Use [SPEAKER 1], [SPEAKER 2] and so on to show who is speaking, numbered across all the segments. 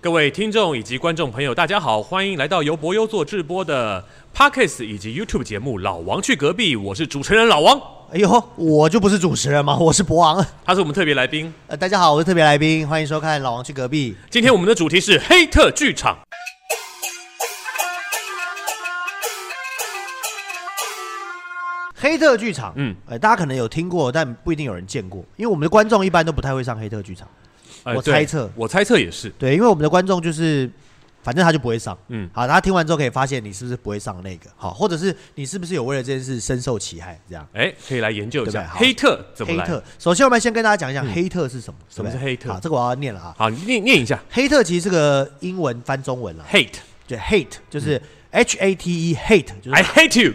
[SPEAKER 1] 各位听众以及观众朋友，大家好，欢迎来到由博优做直播的 Podcast 以及 YouTube 节目《老王去隔壁》，我是主持人老王，
[SPEAKER 2] 哎呦，我就不是主持人嘛，我是博王。
[SPEAKER 1] 他是我们特别来宾。
[SPEAKER 2] 呃，大家好，我是特别来宾，欢迎收看《老王去隔壁》。
[SPEAKER 1] 今天我们的主题是黑特剧场。
[SPEAKER 2] 黑特剧场，
[SPEAKER 1] 嗯
[SPEAKER 2] 嗯，呃，大家可能有听过，但不一定有人见过，因为我们的观众一般都不太会上黑特剧场。
[SPEAKER 1] 呃
[SPEAKER 2] 我
[SPEAKER 1] 对
[SPEAKER 2] 猜测
[SPEAKER 1] 我猜测也是。
[SPEAKER 2] 对，因为我们的观众就是，反正他就不会上。
[SPEAKER 1] 嗯
[SPEAKER 2] 嗯，好，大家听完之后可以发现你是不是不会上那个，好，或者是你是不是有为了这件事深受其害，这样。
[SPEAKER 1] 哎，可以来研究一
[SPEAKER 2] 对
[SPEAKER 1] 下
[SPEAKER 2] 不对好
[SPEAKER 1] 黑特怎么
[SPEAKER 2] 黑
[SPEAKER 1] 来。嗯
[SPEAKER 2] 特，首先我们先跟大家讲一下黑特是什么，
[SPEAKER 1] 什么
[SPEAKER 2] 对不
[SPEAKER 1] 是
[SPEAKER 2] 对
[SPEAKER 1] 黑特
[SPEAKER 2] 好，这个我要念了啊。
[SPEAKER 1] 好，你念念一下
[SPEAKER 2] 黑特其实是个英文翻中文了，
[SPEAKER 1] hate。
[SPEAKER 2] 就 hate 就是
[SPEAKER 1] 嗯
[SPEAKER 2] H A T E hate 就是
[SPEAKER 1] I hate you。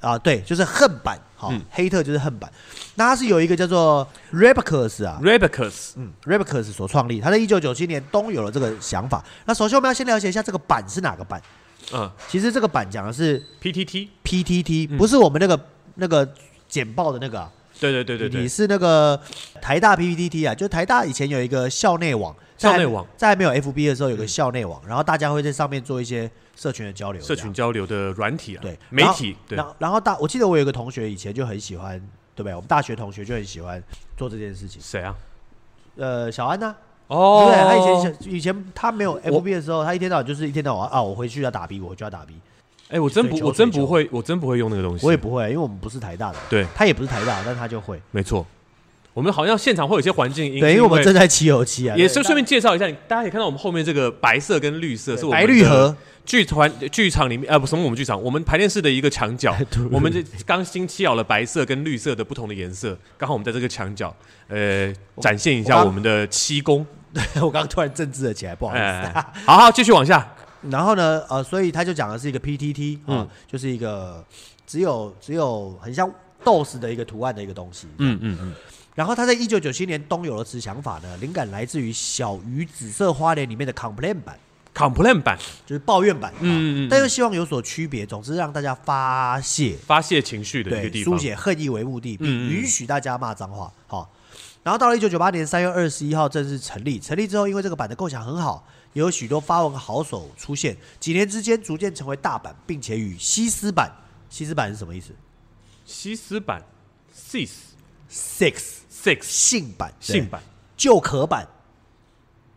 [SPEAKER 2] 啊，对，就是恨版，好、
[SPEAKER 1] 嗯
[SPEAKER 2] 黑特就是恨版。那它是有一个叫做 Rebecus 啊，
[SPEAKER 1] Rebecca's
[SPEAKER 2] 嗯，Rebecus 所创立，他在一九九七年冬有了这个想法。那首先我们要先了解一下这个版是哪个版。
[SPEAKER 1] 嗯
[SPEAKER 2] 其实这个版讲的是
[SPEAKER 1] PTT。嗯
[SPEAKER 2] PTT，、不是我们那个那个简报的那个、啊，
[SPEAKER 1] 对对对对
[SPEAKER 2] 你
[SPEAKER 1] 对。
[SPEAKER 2] 是那个台大 PPTT 啊，就台大以前有一个校内网，在还
[SPEAKER 1] 校内网嗯
[SPEAKER 2] 在还没有 FB 的时候有个校内网，然后大家会在上面做一些社群的交流，
[SPEAKER 1] 社群交流的软体啊，
[SPEAKER 2] 啊对
[SPEAKER 1] 媒
[SPEAKER 2] 然后
[SPEAKER 1] 体，对
[SPEAKER 2] 然，后然后大，我记得我有一个同学以前就很喜欢，对不对？我们大学同学就很喜欢做这件事情。
[SPEAKER 1] 谁啊？
[SPEAKER 2] 呃，小安呢、
[SPEAKER 1] 哦
[SPEAKER 2] 对不对？他以前小以前他没有 FB 的时候，他一天到晚就是一天到晚啊，我回去要打 B，我回去要打 B，
[SPEAKER 1] 哎，我真不，
[SPEAKER 2] 追求
[SPEAKER 1] 我真
[SPEAKER 2] 追
[SPEAKER 1] 不
[SPEAKER 2] 求
[SPEAKER 1] 会，我真不会用那个东西。
[SPEAKER 2] 我也不会，啊因为我们不是台大的，
[SPEAKER 1] 对，
[SPEAKER 2] 他也不是台大，但他就会。
[SPEAKER 1] 没错，我们好像现场会有一些环境音，
[SPEAKER 2] 对，因
[SPEAKER 1] 是因
[SPEAKER 2] 为我们正在七有七啊，
[SPEAKER 1] 也
[SPEAKER 2] 对
[SPEAKER 1] 是顺便介绍一下，大家可以看到我们后面这个白色跟绿色是我们
[SPEAKER 2] 白绿
[SPEAKER 1] 的
[SPEAKER 2] 盒，
[SPEAKER 1] 剧团剧场里面，呃，不什么我们剧场，我们排练室的一个墙角
[SPEAKER 2] 对，
[SPEAKER 1] 我们这刚新漆好了白色跟绿色的不同的颜色，刚好我们在这个墙角，呃，展现一
[SPEAKER 2] 我
[SPEAKER 1] 下
[SPEAKER 2] 刚
[SPEAKER 1] 我们的漆工。
[SPEAKER 2] 我刚刚突然政治了起来，不好意思。
[SPEAKER 1] 哎，好好继续往下，
[SPEAKER 2] 然后呢，呃，所以他就讲的是一个 PTT 啊、
[SPEAKER 1] 嗯
[SPEAKER 2] 就是一个只有只有很像豆豉的一个图案的一个东西。
[SPEAKER 1] 嗯嗯嗯，
[SPEAKER 2] 然后他在一九九七年冬有了此想法呢，灵感来自于《小鱼紫色花莲》里面的 complain 版，
[SPEAKER 1] ，complain 版
[SPEAKER 2] 就是抱怨版，
[SPEAKER 1] 嗯嗯
[SPEAKER 2] 嗯
[SPEAKER 1] 嗯
[SPEAKER 2] 但又希望有所区别，总之让大家发泄，
[SPEAKER 1] 发泄情绪的一个
[SPEAKER 2] 对，
[SPEAKER 1] 地
[SPEAKER 2] 疏
[SPEAKER 1] 方。
[SPEAKER 2] 解恨意为目的，
[SPEAKER 1] 嗯嗯
[SPEAKER 2] 并允许大家骂脏话，好、然后到了一九九八年三月二十一号正式成立，成立之后，因为这个版的构想很好，也有许多发文好手出现，几年之间逐渐成为大版，并且与西斯版，西斯版是什么意思
[SPEAKER 1] 西斯版，sis
[SPEAKER 2] ？Six
[SPEAKER 1] six
[SPEAKER 2] 性版，对
[SPEAKER 1] 性版
[SPEAKER 2] 旧壳版，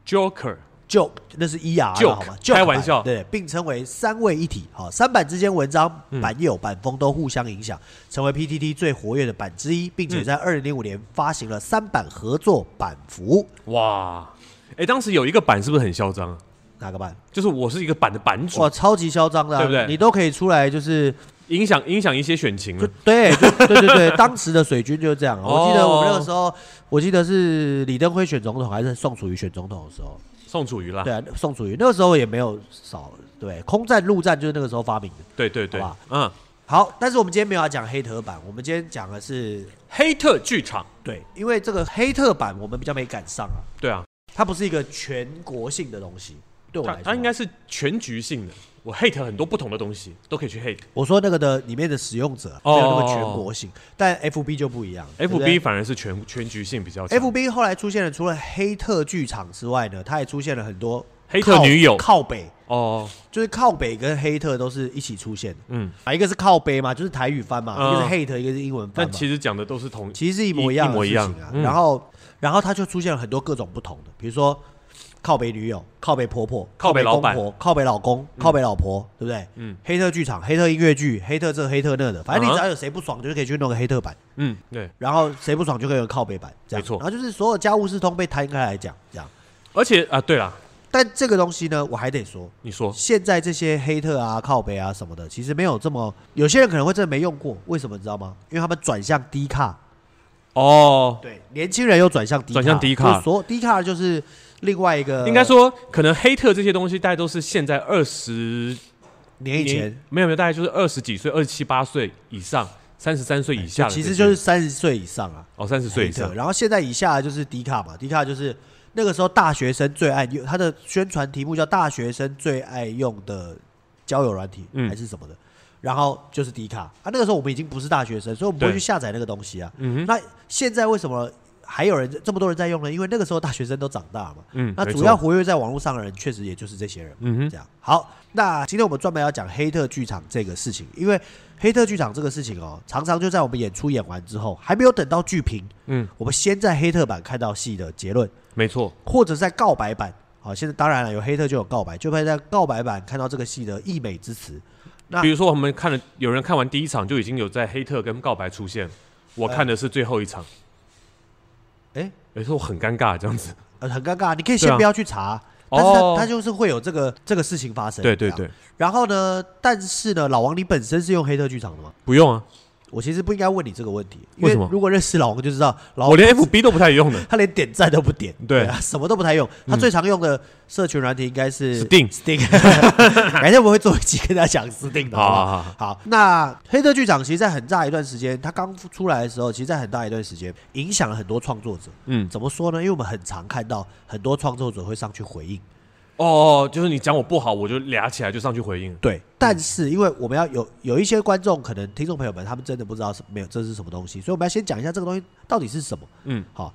[SPEAKER 1] joker，
[SPEAKER 2] joke，那是 ER 啊
[SPEAKER 1] Joke，
[SPEAKER 2] 好吗
[SPEAKER 1] 开
[SPEAKER 2] ？joke 版
[SPEAKER 1] 玩笑
[SPEAKER 2] 对，并称为三位一体。好，三版之间文章
[SPEAKER 1] 嗯
[SPEAKER 2] 版友版风都互相影响，成为 PTT 最活跃的版之一，并
[SPEAKER 1] 嗯
[SPEAKER 2] 且在二零零五年发行了三版合作版服务。
[SPEAKER 1] 哇，哎，当时有一个版是不是很嚣张啊？
[SPEAKER 2] 哪个版？
[SPEAKER 1] 就是我是一个版的版主
[SPEAKER 2] 哇，，超级嚣张的啊、
[SPEAKER 1] 对不对
[SPEAKER 2] 你都可以出 来，就是
[SPEAKER 1] 影响影响一些选情啊
[SPEAKER 2] 就
[SPEAKER 1] 了。
[SPEAKER 2] 对，就对对对， 当时的水军就是这样啊。
[SPEAKER 1] 哦
[SPEAKER 2] 我记得我们那个时候，我记得是李登辉选总统还是宋楚瑜选总统的时候，
[SPEAKER 1] 宋楚瑜啦，
[SPEAKER 2] 对啊，宋楚瑜那个时候也没有少，对，空战陆战就是那个时候发明的。
[SPEAKER 1] 对对对
[SPEAKER 2] 好吧，
[SPEAKER 1] 嗯，
[SPEAKER 2] 好，但是我们今天没有要讲黑特版，我们今天讲的是
[SPEAKER 1] 黑特剧场，
[SPEAKER 2] 对，因为这个黑特版我们比较没赶上啊，
[SPEAKER 1] 对啊，
[SPEAKER 2] 它不是一个全国性的东西。对我
[SPEAKER 1] 它
[SPEAKER 2] 来说，
[SPEAKER 1] 它应该是全局性的。我 hate 很多不同的东西，都可以去 hate。
[SPEAKER 2] 我说那个的里面的使用者啊
[SPEAKER 1] 哦
[SPEAKER 2] 没有那么全国性，但 FB 就不一样。对
[SPEAKER 1] F
[SPEAKER 2] 不
[SPEAKER 1] B
[SPEAKER 2] 对
[SPEAKER 1] 反而是全全局性比较强。哦
[SPEAKER 2] FB 后来出现了，除了黑特剧场之外呢，它也出现了很多
[SPEAKER 1] 黑特
[SPEAKER 2] 靠
[SPEAKER 1] 女友
[SPEAKER 2] 靠北，
[SPEAKER 1] 哦，
[SPEAKER 2] 就是靠北跟黑特都是一起出现的。
[SPEAKER 1] 嗯，
[SPEAKER 2] 啊，一个是靠北嘛，就是台语翻嘛，
[SPEAKER 1] 嗯
[SPEAKER 2] 一个是 hate，一个是英文翻
[SPEAKER 1] 但
[SPEAKER 2] 嘛。
[SPEAKER 1] 其实讲的都是同
[SPEAKER 2] 其实是一模一样的事
[SPEAKER 1] 一模
[SPEAKER 2] 情
[SPEAKER 1] 一
[SPEAKER 2] 啊
[SPEAKER 1] 样。嗯
[SPEAKER 2] 然后，然后它就出现了很多各种不同的，比如说靠北女友、靠北婆婆、
[SPEAKER 1] 靠北老板
[SPEAKER 2] 公婆、靠北老公、靠北老婆，对不对？
[SPEAKER 1] 嗯
[SPEAKER 2] 嗯，黑特剧场、黑特音乐剧、黑特这、黑特那的，反正
[SPEAKER 1] 嗯
[SPEAKER 2] 你
[SPEAKER 1] 哼
[SPEAKER 2] 只要有谁不爽，就是可以去弄个黑特版，
[SPEAKER 1] 嗯对，
[SPEAKER 2] 然后谁不爽就可以有靠北版，这样
[SPEAKER 1] 没错
[SPEAKER 2] 然后就是所有家务事通被摊开来讲，这样。
[SPEAKER 1] 而且啊对啦，
[SPEAKER 2] 但这个东西呢，我还得说，
[SPEAKER 1] 你说
[SPEAKER 2] 现在这些黑特啊、靠北啊什么的，其实没有这么，有些人可能会真的没用过，为什么你知道吗？因为他们转向低卡，
[SPEAKER 1] 哦，
[SPEAKER 2] 对，年轻人又转向低
[SPEAKER 1] 转向低卡
[SPEAKER 2] 卡，就所低卡就是另外一个，
[SPEAKER 1] 应该说可能黑特这些东西，大概都是现在二十
[SPEAKER 2] 年以前
[SPEAKER 1] 没有没有，大概就是二十几岁、二十七八岁以上、三十三岁以下的这
[SPEAKER 2] 其
[SPEAKER 1] 些，
[SPEAKER 2] 实就是三十岁以上啊，
[SPEAKER 1] 哦三十岁以上
[SPEAKER 2] 黑特，然后现在以下就是低卡嘛，低卡就是那个时候大学生最爱用，它的宣传题目叫大学生最爱用的交友软体、
[SPEAKER 1] 嗯
[SPEAKER 2] 还是什么的。然后就是迪卡啊，那个时候我们已经不是大学生，所以我们不会
[SPEAKER 1] 对
[SPEAKER 2] 去下载那个东西啊。
[SPEAKER 1] 嗯哼
[SPEAKER 2] 那现在为什么还有人这么多人在用呢？因为那个时候大学生都长大嘛。
[SPEAKER 1] 嗯，
[SPEAKER 2] 那
[SPEAKER 1] 没
[SPEAKER 2] 主
[SPEAKER 1] 错
[SPEAKER 2] 要活跃在网络上的人，确实也就是这些人。
[SPEAKER 1] 嗯哼，
[SPEAKER 2] 这样好，那今天我们专门要讲黑特剧场这个事情，因为黑特剧场这个事情哦，常常就在我们演出演完之后，还没有等到剧评，
[SPEAKER 1] 嗯，
[SPEAKER 2] 我们先在黑特版看到戏的结论，
[SPEAKER 1] 没错，
[SPEAKER 2] 或者在告白版，好，现在当然了，有黑特就有告白，就会在告白版看到这个戏的溢美之词。那
[SPEAKER 1] 比如说我们看了有人看完第一场就已经有在黑特跟告白出现，我看的是最后一场，
[SPEAKER 2] 嗯哎、
[SPEAKER 1] 有时候我很尴尬这样子。
[SPEAKER 2] 呃，很尴尬，你可
[SPEAKER 1] 对
[SPEAKER 2] 以先
[SPEAKER 1] 啊
[SPEAKER 2] 不要去查，但是
[SPEAKER 1] 哦
[SPEAKER 2] 它它就是会有这个这个事情发生。
[SPEAKER 1] 对对
[SPEAKER 2] 这样
[SPEAKER 1] 对，
[SPEAKER 2] 然后呢，但是呢，老王你本身是用黑特剧场的吗？
[SPEAKER 1] 不用啊，
[SPEAKER 2] 我其实不应该问你这个问题，因
[SPEAKER 1] 为什么
[SPEAKER 2] 如果认识老王就知道，老王
[SPEAKER 1] 我连 FB 都不太用的。
[SPEAKER 2] 他连点赞都不点，
[SPEAKER 1] 对嗯
[SPEAKER 2] 啊，什么都不太用。他最常用的社群软体应该是
[SPEAKER 1] Steam
[SPEAKER 2] Steam，改 天我们会做一集跟大家讲 Steam 的。
[SPEAKER 1] 好
[SPEAKER 2] 好不好
[SPEAKER 1] 好好，
[SPEAKER 2] 好，那黑特剧场其实，在很大一段时间，它刚出来的时候，其实，在很大一段时间，影响了很多创作者。
[SPEAKER 1] 嗯，
[SPEAKER 2] 怎么说呢？因为我们很常看到很多创作者会上去回应，
[SPEAKER 1] 哦，就是你讲我不好，我就俩起来就上去回应。
[SPEAKER 2] 对。但是，因为我们要有有一些观众，可能听众朋友们，他们真的不知道是没有这是什么东西，所以我们要先讲一下这个东西到底是什么。
[SPEAKER 1] 嗯，
[SPEAKER 2] 好，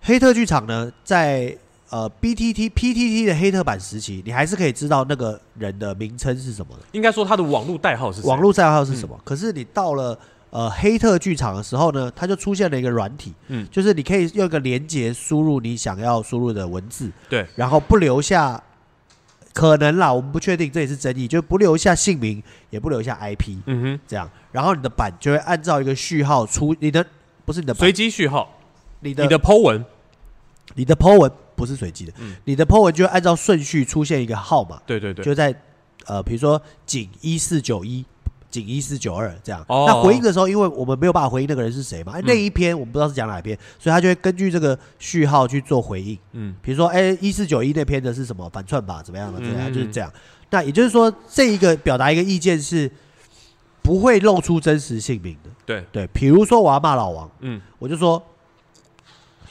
[SPEAKER 2] 黑特剧场呢，在呃 BTT、PTT 的黑特版时期，你还是可以知道那个人的名称是什么的，
[SPEAKER 1] 应该说他的网络代号是谁嗯
[SPEAKER 2] 网络账号是什么。可是你到了呃黑特剧场的时候呢，它就出现了一个软体，
[SPEAKER 1] 嗯，
[SPEAKER 2] 就是你可以用一个连接输入你想要输入的文字，
[SPEAKER 1] 对，
[SPEAKER 2] 然后不留下。可能啦，我们不确定，这也是争议，就不留下姓名，也不留下 IP，
[SPEAKER 1] 嗯哼，
[SPEAKER 2] 这样，然后你的版就会按照一个序号出你的，不是你的版，
[SPEAKER 1] 随机序号，
[SPEAKER 2] 你的
[SPEAKER 1] 你的 Po 文，
[SPEAKER 2] 你的 Po 文不是随机的，
[SPEAKER 1] 嗯
[SPEAKER 2] 你的 Po 文就按照顺序出现一个号码，
[SPEAKER 1] 对对对，
[SPEAKER 2] 就在呃，比如说井一四九一、井一四九二这样。
[SPEAKER 1] 哦嗯
[SPEAKER 2] 那回应的时候，因为我们没有办法回应那个人是谁嘛，哎那一篇我们不知道是讲哪篇，所以他就会根据这个序号去做回应。
[SPEAKER 1] 嗯，
[SPEAKER 2] 比如说，哎，一四九一那篇的是什么反串吧，怎么样的，
[SPEAKER 1] 嗯
[SPEAKER 2] 这样、就是这样。那也就是说，这一个表达一个意见是不会露出真实姓名的。
[SPEAKER 1] 对，
[SPEAKER 2] 对，比如说我要骂老王，
[SPEAKER 1] 嗯，
[SPEAKER 2] 我就说，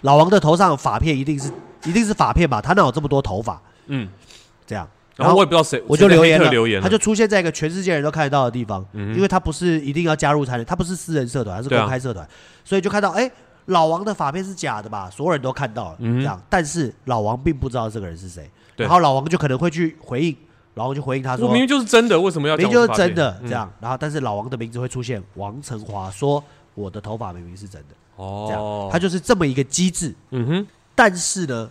[SPEAKER 2] 老王的头上发片一定是一定是发片吧？他哪有这么多头发？
[SPEAKER 1] 嗯，
[SPEAKER 2] 这样，
[SPEAKER 1] 然后我也不知道谁，
[SPEAKER 2] 我就
[SPEAKER 1] 谁在
[SPEAKER 2] 留言
[SPEAKER 1] 黑特
[SPEAKER 2] 了，
[SPEAKER 1] 留言了，
[SPEAKER 2] 他就出现在一个全世界人都看得到的地方，
[SPEAKER 1] 嗯哼
[SPEAKER 2] 因为他不是一定要加入才能，他不是私人社团，他是
[SPEAKER 1] 对啊
[SPEAKER 2] 公开社团，所以就看到，哎、老王的发片是假的吧？所有人都看到了，
[SPEAKER 1] 嗯哼
[SPEAKER 2] 这样，但是老王并不知道这个人是谁，
[SPEAKER 1] 对
[SPEAKER 2] 然后老王就可能会去回应，老王就回应他说，
[SPEAKER 1] 我明明就是真的，为什么要
[SPEAKER 2] 明
[SPEAKER 1] 讲
[SPEAKER 2] 明
[SPEAKER 1] 我
[SPEAKER 2] 就是
[SPEAKER 1] 发
[SPEAKER 2] 真
[SPEAKER 1] 片
[SPEAKER 2] 的
[SPEAKER 1] 嗯
[SPEAKER 2] 这样，然后但是老王的名字会出现王成华说我的头发明明是真的，这样，
[SPEAKER 1] 哦，
[SPEAKER 2] 他就是这么一个机制。
[SPEAKER 1] 嗯哼，
[SPEAKER 2] 但是呢，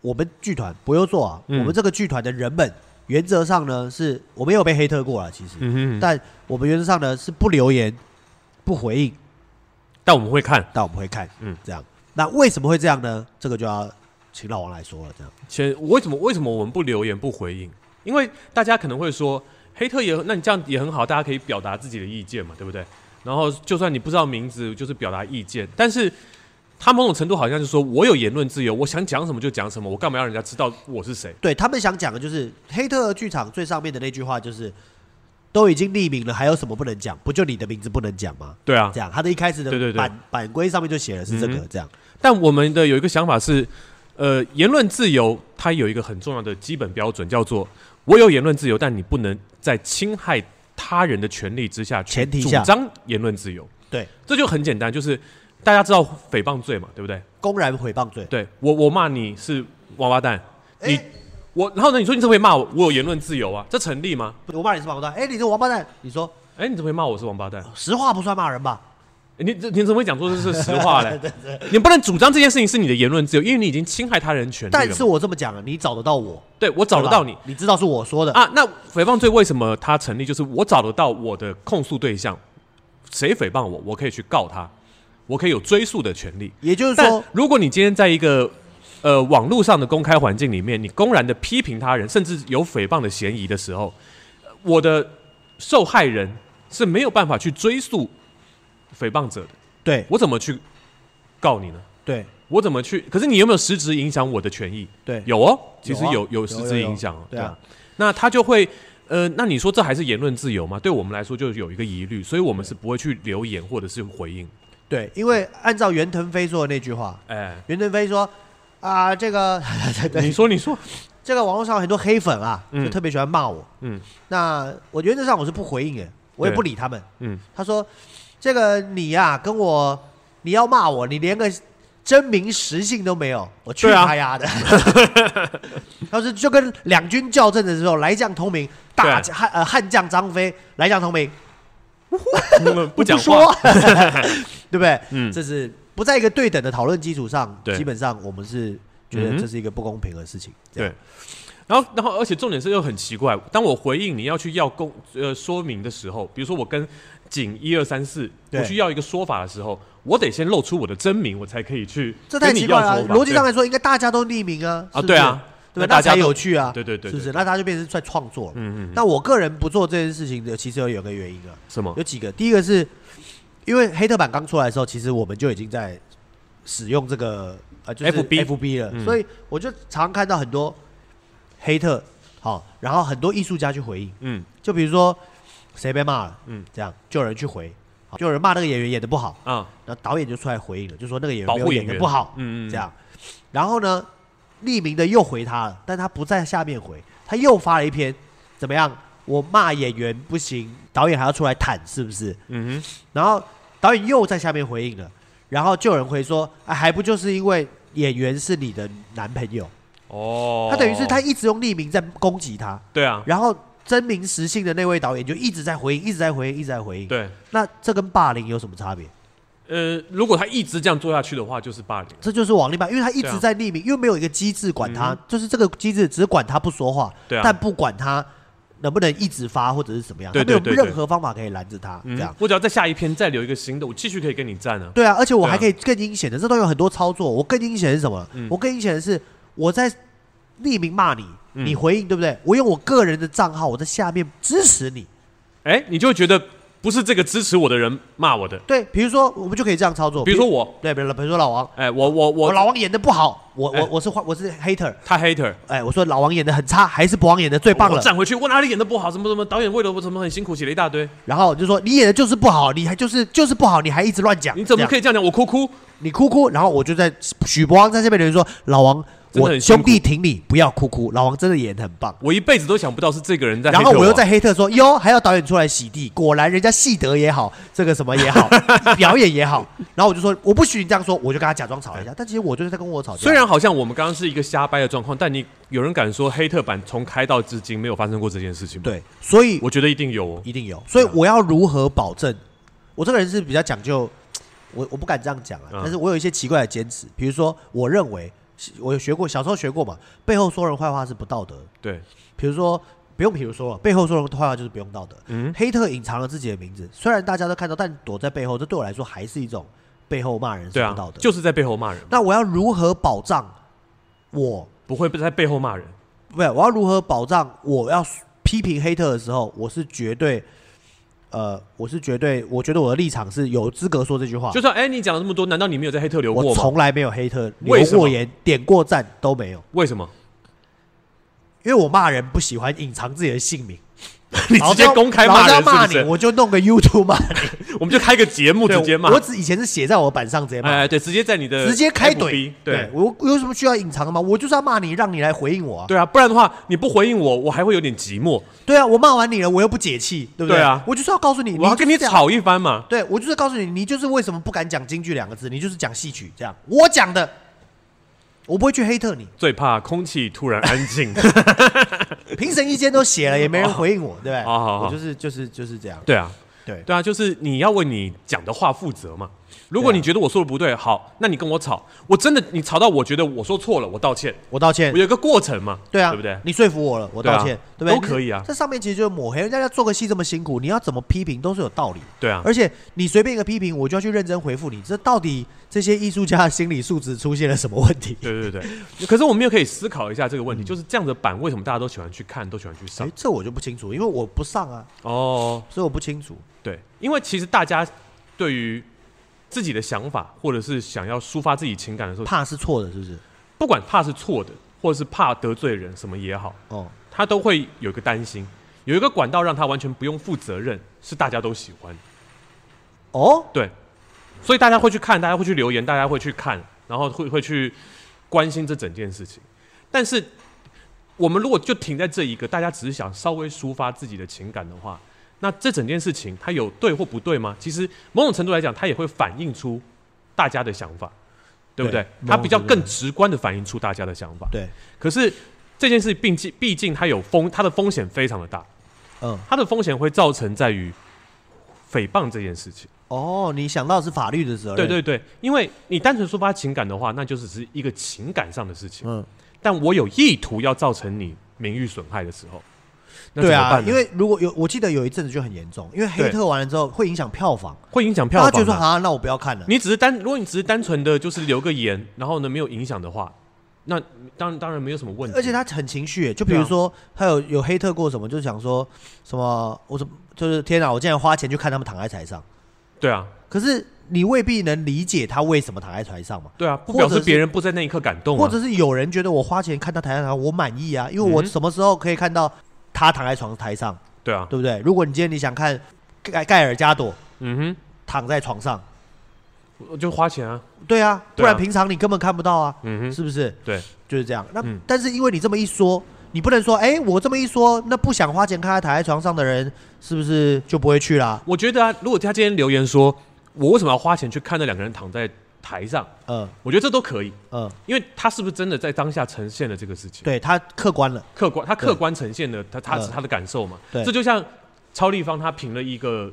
[SPEAKER 2] 我们剧团不用做啊，
[SPEAKER 1] 嗯
[SPEAKER 2] 我们这个剧团的人们原则上呢是我没有被黑特过啊，其实，
[SPEAKER 1] 嗯哼，但
[SPEAKER 2] 但我们原则上呢是不留言、不回应，
[SPEAKER 1] 但我们会看，
[SPEAKER 2] 但我们会看，嗯
[SPEAKER 1] 嗯，
[SPEAKER 2] 这样。那为什么会这样呢？这个就要请老王来说了，这样。
[SPEAKER 1] 先为什么为什么我们不留言不回应？因为大家可能会说，黑特也那你这样也很好，大家可以表达自己的意见嘛，对不对？然后就算你不知道名字，就是表达意见，但是他某种程度好像是说我有言论自由，我想讲什么就讲什么，我干嘛要人家知道我是谁？
[SPEAKER 2] 对他们想讲的就是黑特剧场最上面的那句话，就是都已经匿名了，还有什么不能讲？不就你的名字不能讲吗？
[SPEAKER 1] 对啊
[SPEAKER 2] 这，样，他的一开始的版
[SPEAKER 1] 对对对
[SPEAKER 2] 版规上面就写的是这个，
[SPEAKER 1] 嗯
[SPEAKER 2] 这样。
[SPEAKER 1] 但我们的有一个想法是，呃，言论自由它有一个很重要的基本标准，叫做我有言论自由，但你不能在侵害他人的权利之下去
[SPEAKER 2] 前提下
[SPEAKER 1] 主张言论自由。
[SPEAKER 2] 对，
[SPEAKER 1] 这就很简单，就是大家知道诽谤罪嘛，对不对？
[SPEAKER 2] 公然诽谤罪，
[SPEAKER 1] 对我我骂你是王八蛋，你、
[SPEAKER 2] 哎
[SPEAKER 1] 我，然后呢？你说你怎么会骂我？我有言论自由啊，这成立吗？
[SPEAKER 2] 我骂你是王八蛋，哎、你这王八蛋，你说
[SPEAKER 1] 哎，你怎么会骂我是王八蛋？
[SPEAKER 2] 实话不算骂人吧？
[SPEAKER 1] 你这你怎么会讲说这是实话 嘞？你不能主张这件事情是你的言论自由，因为你已经侵害他人权利了嘛。
[SPEAKER 2] 但是我这么讲了，你找得到我，
[SPEAKER 1] 对我找得到你
[SPEAKER 2] 对吧，你知道是我说的，
[SPEAKER 1] 啊。那诽谤罪为什么它成立？就是我找得到我的控诉对象，谁诽谤我，我可以去告他，我可以有追诉的权利。
[SPEAKER 2] 也就是
[SPEAKER 1] 但
[SPEAKER 2] 说，
[SPEAKER 1] 如果你今天在一个呃网络上的公开环境里面，你公然的批评他人，甚至有诽谤的嫌疑的时候，呃我的受害人是没有办法去追诉诽谤者的。
[SPEAKER 2] 对
[SPEAKER 1] 我怎么去告你呢？
[SPEAKER 2] 对
[SPEAKER 1] 我怎么去？可是你有没有实质影响我的权益？
[SPEAKER 2] 对，
[SPEAKER 1] 有哦，其实
[SPEAKER 2] 有啊
[SPEAKER 1] 有
[SPEAKER 2] 有
[SPEAKER 1] 有实
[SPEAKER 2] 有
[SPEAKER 1] 质
[SPEAKER 2] 有
[SPEAKER 1] 影响哦。
[SPEAKER 2] 对啊，
[SPEAKER 1] 那他就会呃，那你说这还是言论自由吗？对我们来说就有一个疑虑，所以我们是不会去留言或者是回应。
[SPEAKER 2] 对，因为按照袁腾飞说的那句话，
[SPEAKER 1] 哎，
[SPEAKER 2] 袁腾飞说啊、这个
[SPEAKER 1] 你说你说，
[SPEAKER 2] 这个网络上很多黑粉啊，
[SPEAKER 1] 嗯
[SPEAKER 2] 就特别喜欢骂我，
[SPEAKER 1] 嗯
[SPEAKER 2] 那我原则上我是不回应的，我也不理他们。
[SPEAKER 1] 嗯，
[SPEAKER 2] 他说这个你呀、跟我你要骂我，你连个真名实姓都没有，我去
[SPEAKER 1] 对啊
[SPEAKER 2] 他丫的！ 当时就跟两军较正的时候，来将同名，大
[SPEAKER 1] 对
[SPEAKER 2] 汉呃汉将张飞，来将同名，
[SPEAKER 1] 不讲话，
[SPEAKER 2] 说， 对不对？
[SPEAKER 1] 嗯
[SPEAKER 2] 这是不在一个对等的讨论基础上，
[SPEAKER 1] 对
[SPEAKER 2] 基本上我们是觉
[SPEAKER 1] 嗯
[SPEAKER 2] 得
[SPEAKER 1] 哼
[SPEAKER 2] 这是一个不公平的事情。这样
[SPEAKER 1] 对然后，然后，而且重点是又很奇怪，当我回应你要去要公呃说明的时候，比如说我跟景一二三四，
[SPEAKER 2] 对
[SPEAKER 1] 我去要一个说法的时候，我得先露出我的真名，我才可以去
[SPEAKER 2] 这太
[SPEAKER 1] 跟你
[SPEAKER 2] 奇怪
[SPEAKER 1] 要
[SPEAKER 2] 了啊
[SPEAKER 1] 说。法
[SPEAKER 2] 逻辑上
[SPEAKER 1] 对
[SPEAKER 2] 来说，应该大家都匿名啊，
[SPEAKER 1] 啊，
[SPEAKER 2] 是不是
[SPEAKER 1] 对，啊，那
[SPEAKER 2] 对吧？
[SPEAKER 1] 大
[SPEAKER 2] 那
[SPEAKER 1] 家
[SPEAKER 2] 才
[SPEAKER 1] 都
[SPEAKER 2] 有趣啊，
[SPEAKER 1] 对对对，
[SPEAKER 2] 是不是？
[SPEAKER 1] 对？
[SPEAKER 2] 那大家就变成在创作了。
[SPEAKER 1] 嗯嗯，
[SPEAKER 2] 那我个人不做这件事情的，其实有有个原因啊，
[SPEAKER 1] 什么
[SPEAKER 2] 有？几个。第一个是因为黑特版刚出来的时候，其实我们就已经在使用这个呃，就是
[SPEAKER 1] FB
[SPEAKER 2] FB 了，
[SPEAKER 1] 嗯
[SPEAKER 2] 所以我就常看到很多黑特，好，然后很多艺术家去回应，
[SPEAKER 1] 嗯
[SPEAKER 2] 就比如说谁被骂了，嗯
[SPEAKER 1] 嗯，
[SPEAKER 2] 这样就有人去回，好就有人骂那个演员演的不好，
[SPEAKER 1] 啊，
[SPEAKER 2] 然后导演就出来回应了，就说那个演员
[SPEAKER 1] 保
[SPEAKER 2] 没有
[SPEAKER 1] 护
[SPEAKER 2] 演
[SPEAKER 1] 演
[SPEAKER 2] 的
[SPEAKER 1] 员
[SPEAKER 2] 不好，
[SPEAKER 1] 嗯嗯，嗯
[SPEAKER 2] 这，样，然后呢，匿名的又回他了，但他不在下面回，他又发了一篇怎么样？我骂演员不行，导演还要出来坦是不是？
[SPEAKER 1] 嗯
[SPEAKER 2] 然后导演又在下面回应了，然后就有人回说，啊，还不就是因为演员是你的男朋友？
[SPEAKER 1] 哼，哦，
[SPEAKER 2] 他等于是他一直用匿名在攻击他，
[SPEAKER 1] 对啊，
[SPEAKER 2] 然后真名实姓的那位导演就一直在回应，一直在回应，一直在回应。
[SPEAKER 1] 对，
[SPEAKER 2] 那这跟霸凌有什么差别？
[SPEAKER 1] 呃，如果他一直这样做下去的话，就是霸凌。
[SPEAKER 2] 这就是王力霸，因为他一
[SPEAKER 1] 对
[SPEAKER 2] 直
[SPEAKER 1] 啊
[SPEAKER 2] 在匿名，因为没有一个机制管他，
[SPEAKER 1] 嗯
[SPEAKER 2] 就是这个机制只管他不说话，
[SPEAKER 1] 对啊
[SPEAKER 2] 但不管他能不能一直发或者是怎么样，
[SPEAKER 1] 对对
[SPEAKER 2] 他没
[SPEAKER 1] 对
[SPEAKER 2] 有
[SPEAKER 1] 对
[SPEAKER 2] 任何方法可以拦着他、
[SPEAKER 1] 嗯
[SPEAKER 2] 这样。，
[SPEAKER 1] 我只要在下一篇再留一个新的，我继续可以跟你站啊。
[SPEAKER 2] 对啊，而且我
[SPEAKER 1] 对啊
[SPEAKER 2] 还可以更阴险的，这都有很多操作。我更阴险的是什么？
[SPEAKER 1] 嗯
[SPEAKER 2] 我更阴险的是我在匿名骂你，
[SPEAKER 1] 嗯
[SPEAKER 2] 你回应对不对？我用我个人的账号，我在下面支持你。
[SPEAKER 1] 哎、你就会觉得不是这个支持我的人骂我的，
[SPEAKER 2] 对，比如说我们就可以这样操作，
[SPEAKER 1] 比如说我，
[SPEAKER 2] 对，比如比如说老王，
[SPEAKER 1] 哎、我我
[SPEAKER 2] 我
[SPEAKER 1] 我
[SPEAKER 2] 老王演的不好，我我
[SPEAKER 1] 哎
[SPEAKER 2] 我是坏我是 hater，
[SPEAKER 1] 他 hater，
[SPEAKER 2] 哎，我说老王演的很差，还是博王演的最棒
[SPEAKER 1] 我
[SPEAKER 2] 了。
[SPEAKER 1] 站回去，我哪里演的不好，什么什么，导演为了我什么很辛苦写了一大堆，
[SPEAKER 2] 然后我就说你演的就是不好，你还就是就是不好，你还一直乱讲，
[SPEAKER 1] 你怎么
[SPEAKER 2] 以
[SPEAKER 1] 可以这样讲？我哭哭，
[SPEAKER 2] 你哭哭？然后我就在许博王在这边留言说，老王，
[SPEAKER 1] 真的
[SPEAKER 2] 我
[SPEAKER 1] 很啊辛苦
[SPEAKER 2] 兄弟挺你，不要哭哭，老王真的演得很棒。
[SPEAKER 1] 我一辈子都想不到是这个人在 hater 啊，
[SPEAKER 2] 然后我又在黑特说哟，还要导演出来洗地，果然人家戏德也好，这个什么也好， 表演也好。然后我就说我不许你这样说，我就跟他假装吵一下，但其实我就是在跟我吵架。
[SPEAKER 1] 虽然好像我们刚刚是一个瞎掰的状况，但你有人敢说黑特版从开到至今没有发生过这件事情吗？，
[SPEAKER 2] 对，所以
[SPEAKER 1] 我觉得一定有哦。
[SPEAKER 2] 一定有。所以
[SPEAKER 1] 对啊
[SPEAKER 2] 我要如何保证？我这个人是比较讲究，我我不敢这样讲啊，
[SPEAKER 1] 嗯
[SPEAKER 2] 但是我有一些奇怪的坚持，比如说，我认为我有学过，小时候学过嘛，背后说人坏话是不道德的。
[SPEAKER 1] 对，
[SPEAKER 2] 比如说，不用比如说了，背后说人坏话就是不用道德。
[SPEAKER 1] 嗯，
[SPEAKER 2] 黑特隐藏了自己的名字，虽然大家都看到，但躲在背后，这对我来说还是一种背后骂人是
[SPEAKER 1] 对
[SPEAKER 2] 不
[SPEAKER 1] 啊
[SPEAKER 2] 道，德。
[SPEAKER 1] 就是在背后骂人，
[SPEAKER 2] 那我要如何保障我？
[SPEAKER 1] 不会在背后骂人。
[SPEAKER 2] 不是，我要如何保障我要批评黑特的时候，我是绝对，呃，我是绝对，我觉得我的立场是有资格说这句话。
[SPEAKER 1] 就算哎，你讲了这么多，难道你没有在黑特留
[SPEAKER 2] 我
[SPEAKER 1] 过吗？
[SPEAKER 2] 从来没有黑特留
[SPEAKER 1] 为什么
[SPEAKER 2] 过言、点过赞都没有，
[SPEAKER 1] 为什么？
[SPEAKER 2] 因为我骂人不喜欢隐藏自己的姓名，
[SPEAKER 1] 你直接公开
[SPEAKER 2] 老
[SPEAKER 1] 骂
[SPEAKER 2] 子
[SPEAKER 1] 人
[SPEAKER 2] 要
[SPEAKER 1] 是
[SPEAKER 2] 骂
[SPEAKER 1] 不
[SPEAKER 2] 你，
[SPEAKER 1] 是？
[SPEAKER 2] 我就弄个 YouTube 骂，
[SPEAKER 1] 我们就开个节目
[SPEAKER 2] 对
[SPEAKER 1] 直接骂
[SPEAKER 2] 我。我只以前是写在我板上直接骂，
[SPEAKER 1] 哎，对，直接在你的
[SPEAKER 2] 直接开
[SPEAKER 1] FB
[SPEAKER 2] 怼。
[SPEAKER 1] 对
[SPEAKER 2] 我我有什么需要隐藏的吗？我就是要骂你，让你来回应我啊。
[SPEAKER 1] 对啊，不然的话你不回应我，我还会有点寂寞，
[SPEAKER 2] 对啊，我骂完你了，我又不解气，对不
[SPEAKER 1] 对啊
[SPEAKER 2] 我就是要告诉你，
[SPEAKER 1] 我要
[SPEAKER 2] 就是
[SPEAKER 1] 跟你
[SPEAKER 2] 这样
[SPEAKER 1] 吵一番嘛。
[SPEAKER 2] 对，我就是告诉你，你就是为什么不敢讲京剧两个字，你就是讲戏曲这样。我讲的，我不会去黑特你。
[SPEAKER 1] 最怕空气突然安 静。
[SPEAKER 2] 评审意见都写了，也没人回应我，对不对？
[SPEAKER 1] 好哦好好
[SPEAKER 2] 我就是就是就是这样。
[SPEAKER 1] 对啊，
[SPEAKER 2] 对
[SPEAKER 1] 对啊，就是你要为你讲的话负责嘛。如果
[SPEAKER 2] 对啊
[SPEAKER 1] 你觉得我说的不对，好，那你跟我吵，我真的你吵到我觉得我说错了，我道歉，
[SPEAKER 2] 我道歉
[SPEAKER 1] 我。有一个过程嘛，
[SPEAKER 2] 对啊，
[SPEAKER 1] 对不对？
[SPEAKER 2] 你说服我了，我道歉，对,、
[SPEAKER 1] 对啊
[SPEAKER 2] 不对？
[SPEAKER 1] 都可以啊
[SPEAKER 2] 这上面其实就是抹黑，人家要做个戏这么辛苦，你要怎么批评都是有道理的。
[SPEAKER 1] 对啊，
[SPEAKER 2] 而且你随便一个批评，我就要去认真回复你。这到底这些艺术家的心理素质出现了什么问题？
[SPEAKER 1] 对对对 对。可是我们又可以思考一下这个问
[SPEAKER 2] 嗯
[SPEAKER 1] 题，就是这样的版为什么大家都喜欢去看，都喜欢去上
[SPEAKER 2] 哎？， 这我就不清楚，因为我不上啊，
[SPEAKER 1] 哦，
[SPEAKER 2] 所以我不清楚。
[SPEAKER 1] 对，因为其实大家对于自己的想法，或者是想要抒发自己情感的时候，
[SPEAKER 2] 怕是错的，是不是？
[SPEAKER 1] 不管怕是错的，或者是怕得罪人什么也好，
[SPEAKER 2] 哦，
[SPEAKER 1] 他都会有一个担心，有一个管道让他完全不用负责任，是大家都喜欢的。
[SPEAKER 2] 哦，
[SPEAKER 1] 对，所以大家会去看，大家会去留言，大家会去看，然后会会去关心这整件事情。但是我们如果就停在这一个，大家只是想稍微抒发自己的情感的话，那这整件事情它有对或不对吗？其实某种程度来讲，它也会反映出大家的想法。对不
[SPEAKER 2] 对
[SPEAKER 1] 对？它
[SPEAKER 2] 某
[SPEAKER 1] 比较
[SPEAKER 2] 种程
[SPEAKER 1] 更直观的反映出大家的想法。
[SPEAKER 2] 对，
[SPEAKER 1] 可是这件事毕竟毕竟它有风，它的风险非常的大，
[SPEAKER 2] 嗯，
[SPEAKER 1] 它的风险会造成在于诽谤这件事情。
[SPEAKER 2] 哦，你想到是法律的责任，
[SPEAKER 1] 对，对对，因为你单纯抒发情感的话，那就只是一个情感上的事情。
[SPEAKER 2] 嗯，
[SPEAKER 1] 但我有意图要造成你名誉损害的时候，那
[SPEAKER 2] 对
[SPEAKER 1] 怎么
[SPEAKER 2] 啊，
[SPEAKER 1] 办呢
[SPEAKER 2] 因为如果有，我记得有一阵子就很严重，因为黑
[SPEAKER 1] 对
[SPEAKER 2] 特完了之后会影响票房，
[SPEAKER 1] 会影响票
[SPEAKER 2] 大
[SPEAKER 1] 房、
[SPEAKER 2] 家就说啊，那我不要看了，
[SPEAKER 1] 你只是单，如果你只是单纯的就是留个言，然后呢没有影响的话，那当当然没有什么问题。
[SPEAKER 2] 而且他很情绪耶，就比
[SPEAKER 1] 对
[SPEAKER 2] 如
[SPEAKER 1] 啊
[SPEAKER 2] 说他有有黑特过什么，就想说什么，我怎么就是天哪，我竟然花钱去看他们躺在台上，
[SPEAKER 1] 对啊，
[SPEAKER 2] 可是你未必能理解他为什么躺在台上嘛。
[SPEAKER 1] 对啊，不
[SPEAKER 2] 或者
[SPEAKER 1] 表
[SPEAKER 2] 是
[SPEAKER 1] 示别人不在那一刻感动、啊，
[SPEAKER 2] 或者是有人觉得我花钱看他台上，我满意啊，因为我
[SPEAKER 1] 嗯
[SPEAKER 2] 什么时候可以看到他躺在床台上，
[SPEAKER 1] 对啊，
[SPEAKER 2] 对不对？如果你今天你想看盖盖尔加朵
[SPEAKER 1] 嗯
[SPEAKER 2] 躺在床上，
[SPEAKER 1] 哼，我就花钱啊，
[SPEAKER 2] 对啊，不
[SPEAKER 1] 对啊
[SPEAKER 2] 然平常你根本看不到啊，
[SPEAKER 1] 嗯哼，
[SPEAKER 2] 是不是？
[SPEAKER 1] 对，
[SPEAKER 2] 就是这样。那、
[SPEAKER 1] 嗯
[SPEAKER 2] 但是因为你这么一说，你不能说，哎，我这么一说，那不想花钱看他躺在床上的人，是不是就不会去啦？
[SPEAKER 1] 我觉得啊，如果他今天留言说我为什么要花钱去看那两个人躺在台上，
[SPEAKER 2] 嗯
[SPEAKER 1] 我觉得这都可以，
[SPEAKER 2] 嗯，
[SPEAKER 1] 因为他是不是真的在当下呈现了这个事情，
[SPEAKER 2] 对他客观了，
[SPEAKER 1] 客观他客观呈现了他他
[SPEAKER 2] 嗯
[SPEAKER 1] 只是他的感受嘛，
[SPEAKER 2] 对
[SPEAKER 1] 这就像超立方他评了一个。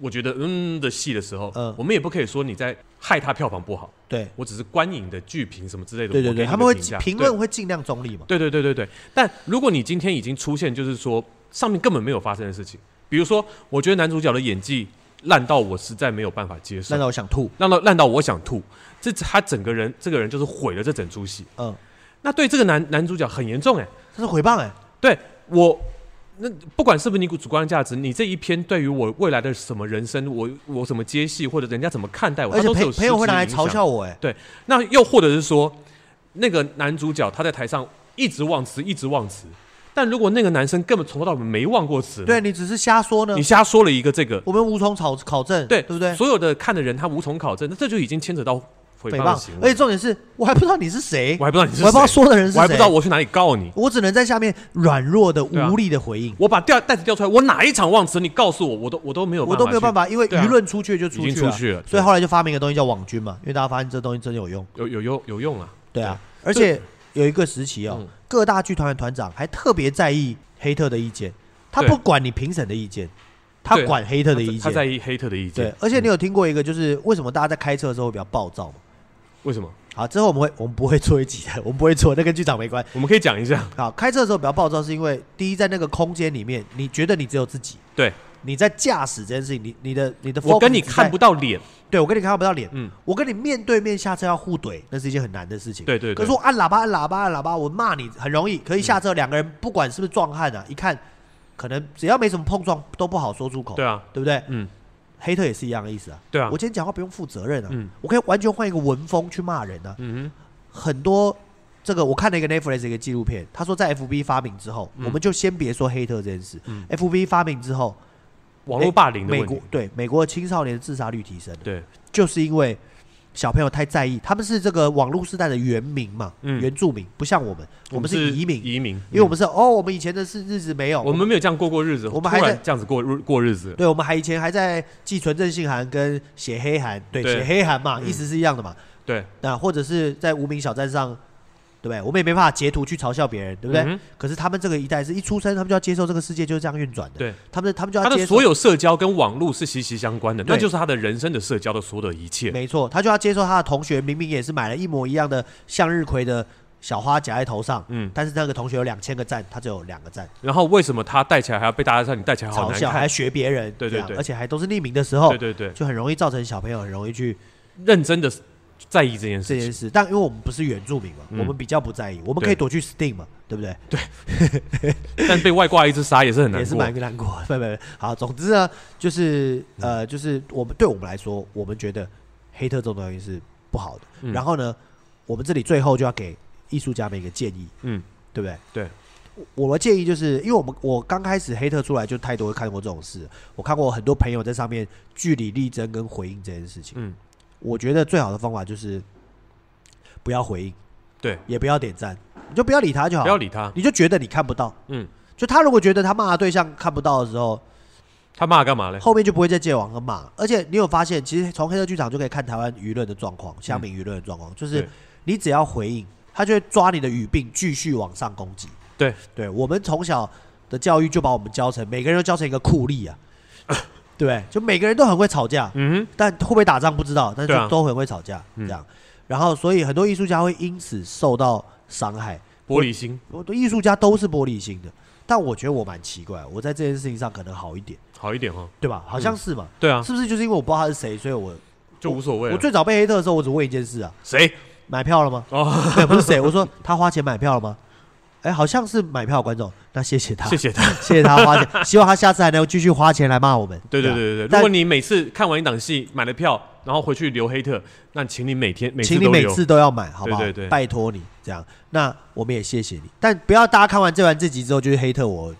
[SPEAKER 1] 我觉得嗯的戏的时候，
[SPEAKER 2] 嗯
[SPEAKER 1] 我们也不可以说你在害他票房不好，
[SPEAKER 2] 对
[SPEAKER 1] 我只是观影的剧评什么之类的。
[SPEAKER 2] 对对
[SPEAKER 1] 我给
[SPEAKER 2] 对，
[SPEAKER 1] 你
[SPEAKER 2] 他们会
[SPEAKER 1] 个价
[SPEAKER 2] 评论，会尽量中立嘛，
[SPEAKER 1] 对对对对对对。但如果你今天已经出现，就是说上面根本没有发生的事情，比如说，我觉得男主角的演技烂到我实在没有办法接受
[SPEAKER 2] 让，我想吐。
[SPEAKER 1] 烂到烂到我想吐，这他整个人这个人就是毁了这整出戏。
[SPEAKER 2] 嗯，
[SPEAKER 1] 那对这个男男主角很严重哎、
[SPEAKER 2] 这是回谤哎、
[SPEAKER 1] 对我。那不管是不是你主观的价值，你这一篇对于我未来的什么人生，我我怎么接戏，或者人家怎么看待我，
[SPEAKER 2] 而
[SPEAKER 1] 他
[SPEAKER 2] 且
[SPEAKER 1] 都是
[SPEAKER 2] 朋
[SPEAKER 1] 有
[SPEAKER 2] 朋友会拿来
[SPEAKER 1] 实质影
[SPEAKER 2] 嘲
[SPEAKER 1] 响
[SPEAKER 2] 笑我哎、
[SPEAKER 1] 那又或者是说，那个男主角他在台上一直忘词，一直忘词。但如果那个男生根本从头到尾没忘过词呢，
[SPEAKER 2] 对你只是瞎说呢
[SPEAKER 1] 你，瞎说了一个这个，
[SPEAKER 2] 我们无从考考证，
[SPEAKER 1] 对
[SPEAKER 2] 对不对？
[SPEAKER 1] 所有的看的人他无从考证，那这就已经牵扯到诽谤
[SPEAKER 2] 诽
[SPEAKER 1] 的
[SPEAKER 2] 谤
[SPEAKER 1] 行，
[SPEAKER 2] 而
[SPEAKER 1] 为
[SPEAKER 2] 且。重点是我还不知道你是谁，
[SPEAKER 1] 我还不知道你是
[SPEAKER 2] 我还不知道
[SPEAKER 1] 谁，
[SPEAKER 2] 说的人是谁，
[SPEAKER 1] 我还不知道我去哪里告你。
[SPEAKER 2] 我只能在下面软弱的、
[SPEAKER 1] 对啊
[SPEAKER 2] 无力的回应，
[SPEAKER 1] 我把调袋子调出来，我哪一场忘词？你告诉我，我都我都没有，
[SPEAKER 2] 我都没有办。法，因为
[SPEAKER 1] 对啊
[SPEAKER 2] 舆论出去就出
[SPEAKER 1] 已
[SPEAKER 2] 去
[SPEAKER 1] 经
[SPEAKER 2] 了，
[SPEAKER 1] 出去了对
[SPEAKER 2] 所以后来就发明一个东西叫网军嘛，因为大家发现这东西真有用，
[SPEAKER 1] 有有用有用啊！
[SPEAKER 2] 对啊，而且有一个时期哦
[SPEAKER 1] 嗯，
[SPEAKER 2] 各大剧团的团长还特别在意黑特的意见，他
[SPEAKER 1] 对
[SPEAKER 2] 不管你评审的意见，他
[SPEAKER 1] 对
[SPEAKER 2] 管黑特的意
[SPEAKER 1] 他
[SPEAKER 2] 见，
[SPEAKER 1] 在意黑特的意见
[SPEAKER 2] 对，，而且你有听过一个，就是为什么大家在开车的时候会比较暴躁吗？
[SPEAKER 1] 为什么？
[SPEAKER 2] 好，之后我们会，我们不会做一集的， 我们不会做，那跟剧场没关。
[SPEAKER 1] 我们可以讲一下，
[SPEAKER 2] 好，开车的时候比较暴躁，是因为第一，在那个空间里面，你觉得你只有自己，
[SPEAKER 1] 对
[SPEAKER 2] 你在驾驶这件事情，你你的你的 focus
[SPEAKER 1] 我跟你
[SPEAKER 2] 只在
[SPEAKER 1] 看不，到脸，
[SPEAKER 2] 对我跟你看不到脸，
[SPEAKER 1] 嗯，
[SPEAKER 2] 我跟你面对面下车要互怼，那是一件很难的事情。
[SPEAKER 1] 对对对
[SPEAKER 2] 可是我按喇叭按喇叭按喇叭，我骂你很容易，可以下车两个人不管是不是壮汉啊，
[SPEAKER 1] 嗯
[SPEAKER 2] 一看可能只要没什么碰撞都不好说出口，
[SPEAKER 1] 对啊，
[SPEAKER 2] 对不对？
[SPEAKER 1] 嗯，
[SPEAKER 2] 黑特也是一样的意思啊。
[SPEAKER 1] 对啊
[SPEAKER 2] 哦我，今天讲话不用负责任啊，
[SPEAKER 1] 嗯
[SPEAKER 2] 我可以完全换一个文风去骂人啊。
[SPEAKER 1] 嗯
[SPEAKER 2] 很多这个我看了一个 Netflix 一个纪录片，他说在 FB 发明之后，
[SPEAKER 1] 嗯
[SPEAKER 2] 我们就先别说黑特这件事、
[SPEAKER 1] 嗯
[SPEAKER 2] f b 发明之后，
[SPEAKER 1] 哼，网络霸凌的
[SPEAKER 2] 哎美
[SPEAKER 1] 问
[SPEAKER 2] 国
[SPEAKER 1] 题，
[SPEAKER 2] 对美国的青少年的自杀率提升了，
[SPEAKER 1] 对，
[SPEAKER 2] 就是因为小朋友太在意，他们是这个网络时代的原民嘛，
[SPEAKER 1] 嗯
[SPEAKER 2] 原住民，不像我们，我们是移民，
[SPEAKER 1] 移民，嗯
[SPEAKER 2] 因为我们是、哦，我们以前的是日子没有，
[SPEAKER 1] 我们没有这样过过日子，
[SPEAKER 2] 我们还
[SPEAKER 1] 突然
[SPEAKER 2] 在
[SPEAKER 1] 这样子过日过日子，
[SPEAKER 2] 对，我们还以前还在寄存正信函跟写黑函，对，
[SPEAKER 1] 对
[SPEAKER 2] 写黑函嘛，
[SPEAKER 1] 嗯
[SPEAKER 2] 意思是一样的嘛。
[SPEAKER 1] 对，
[SPEAKER 2] 那或者是在无名小站上，对不对？我们也没办法截图去嘲笑别人，对不对？
[SPEAKER 1] 嗯哼
[SPEAKER 2] 可是他们这个一代是一出生，他们就要接受这个世界就是这样运转的。
[SPEAKER 1] 对，
[SPEAKER 2] 他们他们就
[SPEAKER 1] 他
[SPEAKER 2] 要
[SPEAKER 1] 的
[SPEAKER 2] 接受
[SPEAKER 1] 所有社交跟网络是息息相关的，
[SPEAKER 2] 对
[SPEAKER 1] 那就是他的人生的社交的所有的一切。
[SPEAKER 2] 没错，他就要接受他的同学明明也是买了一模一样的向日葵的小花夹在头上，
[SPEAKER 1] 嗯，
[SPEAKER 2] 但是那个同学有两千个赞，他只有两个赞，
[SPEAKER 1] 然后为什么他戴起来还要被大家说你戴起来好
[SPEAKER 2] 嘲
[SPEAKER 1] 哦难
[SPEAKER 2] 笑还
[SPEAKER 1] 看？
[SPEAKER 2] 学别人，
[SPEAKER 1] 对对
[SPEAKER 2] 这样
[SPEAKER 1] 对
[SPEAKER 2] 而且还都是匿名的时候
[SPEAKER 1] 对，对对，
[SPEAKER 2] 就很容易造成小朋友很容易去
[SPEAKER 1] 认真的在意这件
[SPEAKER 2] 这
[SPEAKER 1] 事
[SPEAKER 2] 件
[SPEAKER 1] 情。
[SPEAKER 2] 事，但因为我们不是原住民嘛，
[SPEAKER 1] 嗯
[SPEAKER 2] 我们比较不在意，我们可以
[SPEAKER 1] 对
[SPEAKER 2] 躲去 Steam 嘛，对不对？
[SPEAKER 1] 但被外挂一只杀也是很难
[SPEAKER 2] 也是
[SPEAKER 1] 过
[SPEAKER 2] 蛮。难过的， 不不不，好，总之呢，就是
[SPEAKER 1] 嗯
[SPEAKER 2] 呃，就是我们对我们来说，我们觉得黑特这种东西是不好的。
[SPEAKER 1] 嗯
[SPEAKER 2] 然后呢，我们这里最后就要给艺术家们一个建议，
[SPEAKER 1] 嗯，
[SPEAKER 2] 对不对？
[SPEAKER 1] 对
[SPEAKER 2] 我，我的建议就是，因为我们我刚开始黑特出来就太多看过这种事，我看过很多朋友在上面据理力争跟回应这件事情。
[SPEAKER 1] 嗯，
[SPEAKER 2] 我觉得最好的方法就是不要回应，
[SPEAKER 1] 对，
[SPEAKER 2] 也不要点赞，你就不要理他就好，
[SPEAKER 1] 不要理他。
[SPEAKER 2] 你就觉得你看不到，
[SPEAKER 1] 嗯，
[SPEAKER 2] 就他如果觉得他骂的对象看不到的时候，
[SPEAKER 1] 他骂干嘛嘞？
[SPEAKER 2] 后面就不会再借网跟骂。而且你有发现，其实从黑色剧场就可以看台湾舆论的状况，乡
[SPEAKER 1] 嗯
[SPEAKER 2] 民舆论的状况，就是
[SPEAKER 1] 对
[SPEAKER 2] 你只要回应，他就会抓你的语病，继续往上攻击。
[SPEAKER 1] 对，
[SPEAKER 2] 对我们从小的教育就把我们教成每个人都教成一个酷 吏啊，对，就每个人都很会吵架，
[SPEAKER 1] 嗯哼，
[SPEAKER 2] 但会不会打仗不知道，但是
[SPEAKER 1] 对啊
[SPEAKER 2] 就都很会吵架、
[SPEAKER 1] 嗯
[SPEAKER 2] 这样。然后，所以很多艺术家会因此受到伤害。
[SPEAKER 1] 玻璃心，
[SPEAKER 2] 我的艺术家都是玻璃心的，但我觉得我蛮奇怪，我在这件事情上可能好一点，
[SPEAKER 1] 好一点哦。
[SPEAKER 2] 对吧？好像是嘛，
[SPEAKER 1] 对啊，
[SPEAKER 2] 是不是就是因为我不知道他是谁，所以我
[SPEAKER 1] 就无所谓
[SPEAKER 2] 我
[SPEAKER 1] 了。
[SPEAKER 2] 最早被黑特的时候，我只问一件事啊，
[SPEAKER 1] 谁？
[SPEAKER 2] 买 票了吗？
[SPEAKER 1] 哦，
[SPEAKER 2] 对，不是谁，我说他花钱买票了吗？哎，好像是买票，观众，那谢谢他，
[SPEAKER 1] 谢
[SPEAKER 2] 谢
[SPEAKER 1] 谢他。
[SPEAKER 2] 谢他花钱，希望他下次还能继续花钱来骂我们。
[SPEAKER 1] 对对
[SPEAKER 2] 啊，
[SPEAKER 1] 对对对，
[SPEAKER 2] 但
[SPEAKER 1] 如果你每次看完一档戏买了票，然后回去留黑特，那请你每天每次
[SPEAKER 2] 请你
[SPEAKER 1] 都
[SPEAKER 2] 每
[SPEAKER 1] 留。
[SPEAKER 2] 次都要买，好不好？
[SPEAKER 1] 对对对
[SPEAKER 2] 拜托你这样，那我们也谢谢你，但不要大家看完这完这集之后就是黑特我。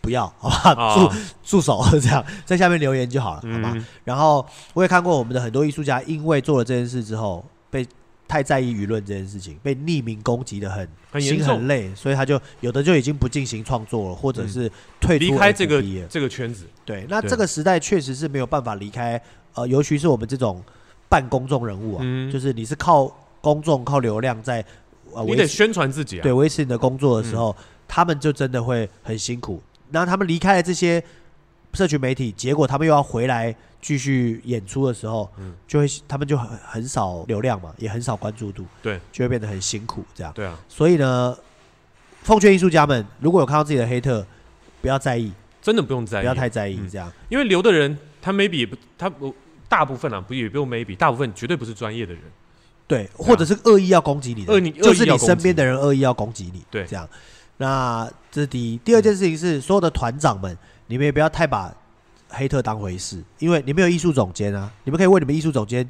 [SPEAKER 2] 不要，好吧，
[SPEAKER 1] 啊
[SPEAKER 2] 住住手这样，在下面留言就好了，好吧？
[SPEAKER 1] 嗯，
[SPEAKER 2] 然后我也看过我们的很多艺术家，因为做了这件事之后，被太在意舆论这件事情，被匿名攻击的很
[SPEAKER 1] 很严
[SPEAKER 2] 心
[SPEAKER 1] 重
[SPEAKER 2] 很累，所以他就有的就已经不进行创作了，或者是退
[SPEAKER 1] 嗯
[SPEAKER 2] 出
[SPEAKER 1] 离开这个
[SPEAKER 2] FB 了
[SPEAKER 1] 这个圈子，
[SPEAKER 2] 对，那
[SPEAKER 1] 对
[SPEAKER 2] 这个时代确实是没有办法离开，呃，尤其是我们这种半公众人物啊，
[SPEAKER 1] 嗯
[SPEAKER 2] 就是你是靠公众靠流量在呃
[SPEAKER 1] 你
[SPEAKER 2] 维
[SPEAKER 1] 得
[SPEAKER 2] 持
[SPEAKER 1] 宣传自己啊嗯
[SPEAKER 2] 对。维持你的工作的时候，他们就真的会很辛苦。那他们离开了这些社群媒体，结果他们又要回来继续演出的时候，
[SPEAKER 1] 嗯
[SPEAKER 2] 就会他们就很很少流量嘛，也很少关注度，
[SPEAKER 1] 对，
[SPEAKER 2] 就会变得很辛苦这样。
[SPEAKER 1] 对啊，
[SPEAKER 2] 所以呢，奉劝艺术家们，如果有看到自己的黑特，不要在意，
[SPEAKER 1] 真的不用在
[SPEAKER 2] 不要
[SPEAKER 1] 意，
[SPEAKER 2] 太在意
[SPEAKER 1] 嗯
[SPEAKER 2] 这样。
[SPEAKER 1] 因为留的人他 maybe 也不他我大部分啊不也不用 maybe，大部分绝对不是专业的人。
[SPEAKER 2] 对，或者是恶意要攻击你的，
[SPEAKER 1] 恶意
[SPEAKER 2] 就
[SPEAKER 1] 恶意
[SPEAKER 2] 是你
[SPEAKER 1] 要攻
[SPEAKER 2] 身边
[SPEAKER 1] 击
[SPEAKER 2] 的人恶意要攻击你，
[SPEAKER 1] 对
[SPEAKER 2] 这样。那这是第一，第二件事情是，所有的团长们，你们也不要太把黑特当回事，因为你们有艺术总监啊，你们可以问你们艺术总监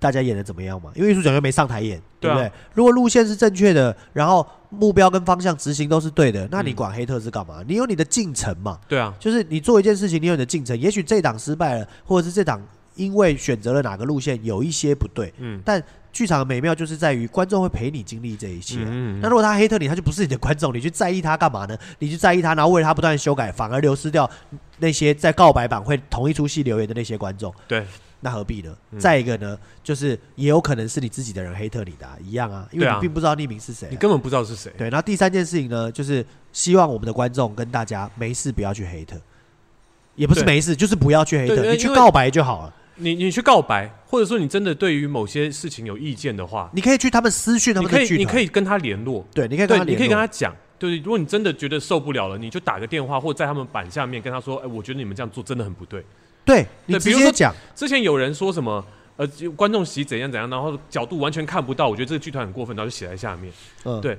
[SPEAKER 2] 大家演的怎么样嘛，因为艺术总监没上台演，
[SPEAKER 1] 对
[SPEAKER 2] 不
[SPEAKER 1] 啊
[SPEAKER 2] 对？如果路线是正确的，然后目标跟方向执行都是对的，那你
[SPEAKER 1] 嗯
[SPEAKER 2] 管黑特是干嘛？你有你的进程嘛，
[SPEAKER 1] 对啊，
[SPEAKER 2] 就是你做一件事情，你有你的进程，也许这档失败了，或者是这档因为选择了哪个路线有一些不对，
[SPEAKER 1] 嗯
[SPEAKER 2] 但剧场的美妙就是在于观众会陪你经历这一切啊、
[SPEAKER 1] 嗯嗯
[SPEAKER 2] 那如果他黑特你，他就不是你的观众，你去在意他干嘛呢？你去在意他，然后为了他不断地修改，反而流失掉那些在告白版会同一出戏留言的那些观众，
[SPEAKER 1] 对，
[SPEAKER 2] 那何必呢？
[SPEAKER 1] 嗯
[SPEAKER 2] 再一个呢，就是也有可能是你自己的人黑特你的啊、一样啊，因为
[SPEAKER 1] 对
[SPEAKER 2] 你
[SPEAKER 1] 啊
[SPEAKER 2] 并不知道匿名是谁啊、
[SPEAKER 1] 你根本不知道是谁。
[SPEAKER 2] 对，然后第三件事情呢，就是希望我们的观众跟大家没事不要去黑特，也不是
[SPEAKER 1] 对
[SPEAKER 2] 没事，就是不要去黑
[SPEAKER 1] 对
[SPEAKER 2] 特，
[SPEAKER 1] 因为
[SPEAKER 2] 你去告白就好了。
[SPEAKER 1] 你你去告白，或者说你真的对于某些事情有意见的话，
[SPEAKER 2] 你可以去他们私讯他
[SPEAKER 1] 你
[SPEAKER 2] 们
[SPEAKER 1] 可
[SPEAKER 2] 的
[SPEAKER 1] 以
[SPEAKER 2] 剧
[SPEAKER 1] 你
[SPEAKER 2] 团，
[SPEAKER 1] 可以跟他联络，
[SPEAKER 2] 对，你可以跟
[SPEAKER 1] 对
[SPEAKER 2] 他，
[SPEAKER 1] 你
[SPEAKER 2] 联
[SPEAKER 1] 可以跟
[SPEAKER 2] 络
[SPEAKER 1] 他。讲。对，如果你真的觉得受不了了，你就打个电话，或在他们板下面跟他说：“哎、我觉得你们这样做真的很不对。
[SPEAKER 2] 对你
[SPEAKER 1] 对
[SPEAKER 2] 直
[SPEAKER 1] 比如
[SPEAKER 2] 接
[SPEAKER 1] 说
[SPEAKER 2] 讲，”
[SPEAKER 1] 之前有人说什么，呃，就观众席怎样怎样，然后角度完全看不到，我觉得这个剧团很过分，然后就写在下面。
[SPEAKER 2] 嗯，
[SPEAKER 1] 对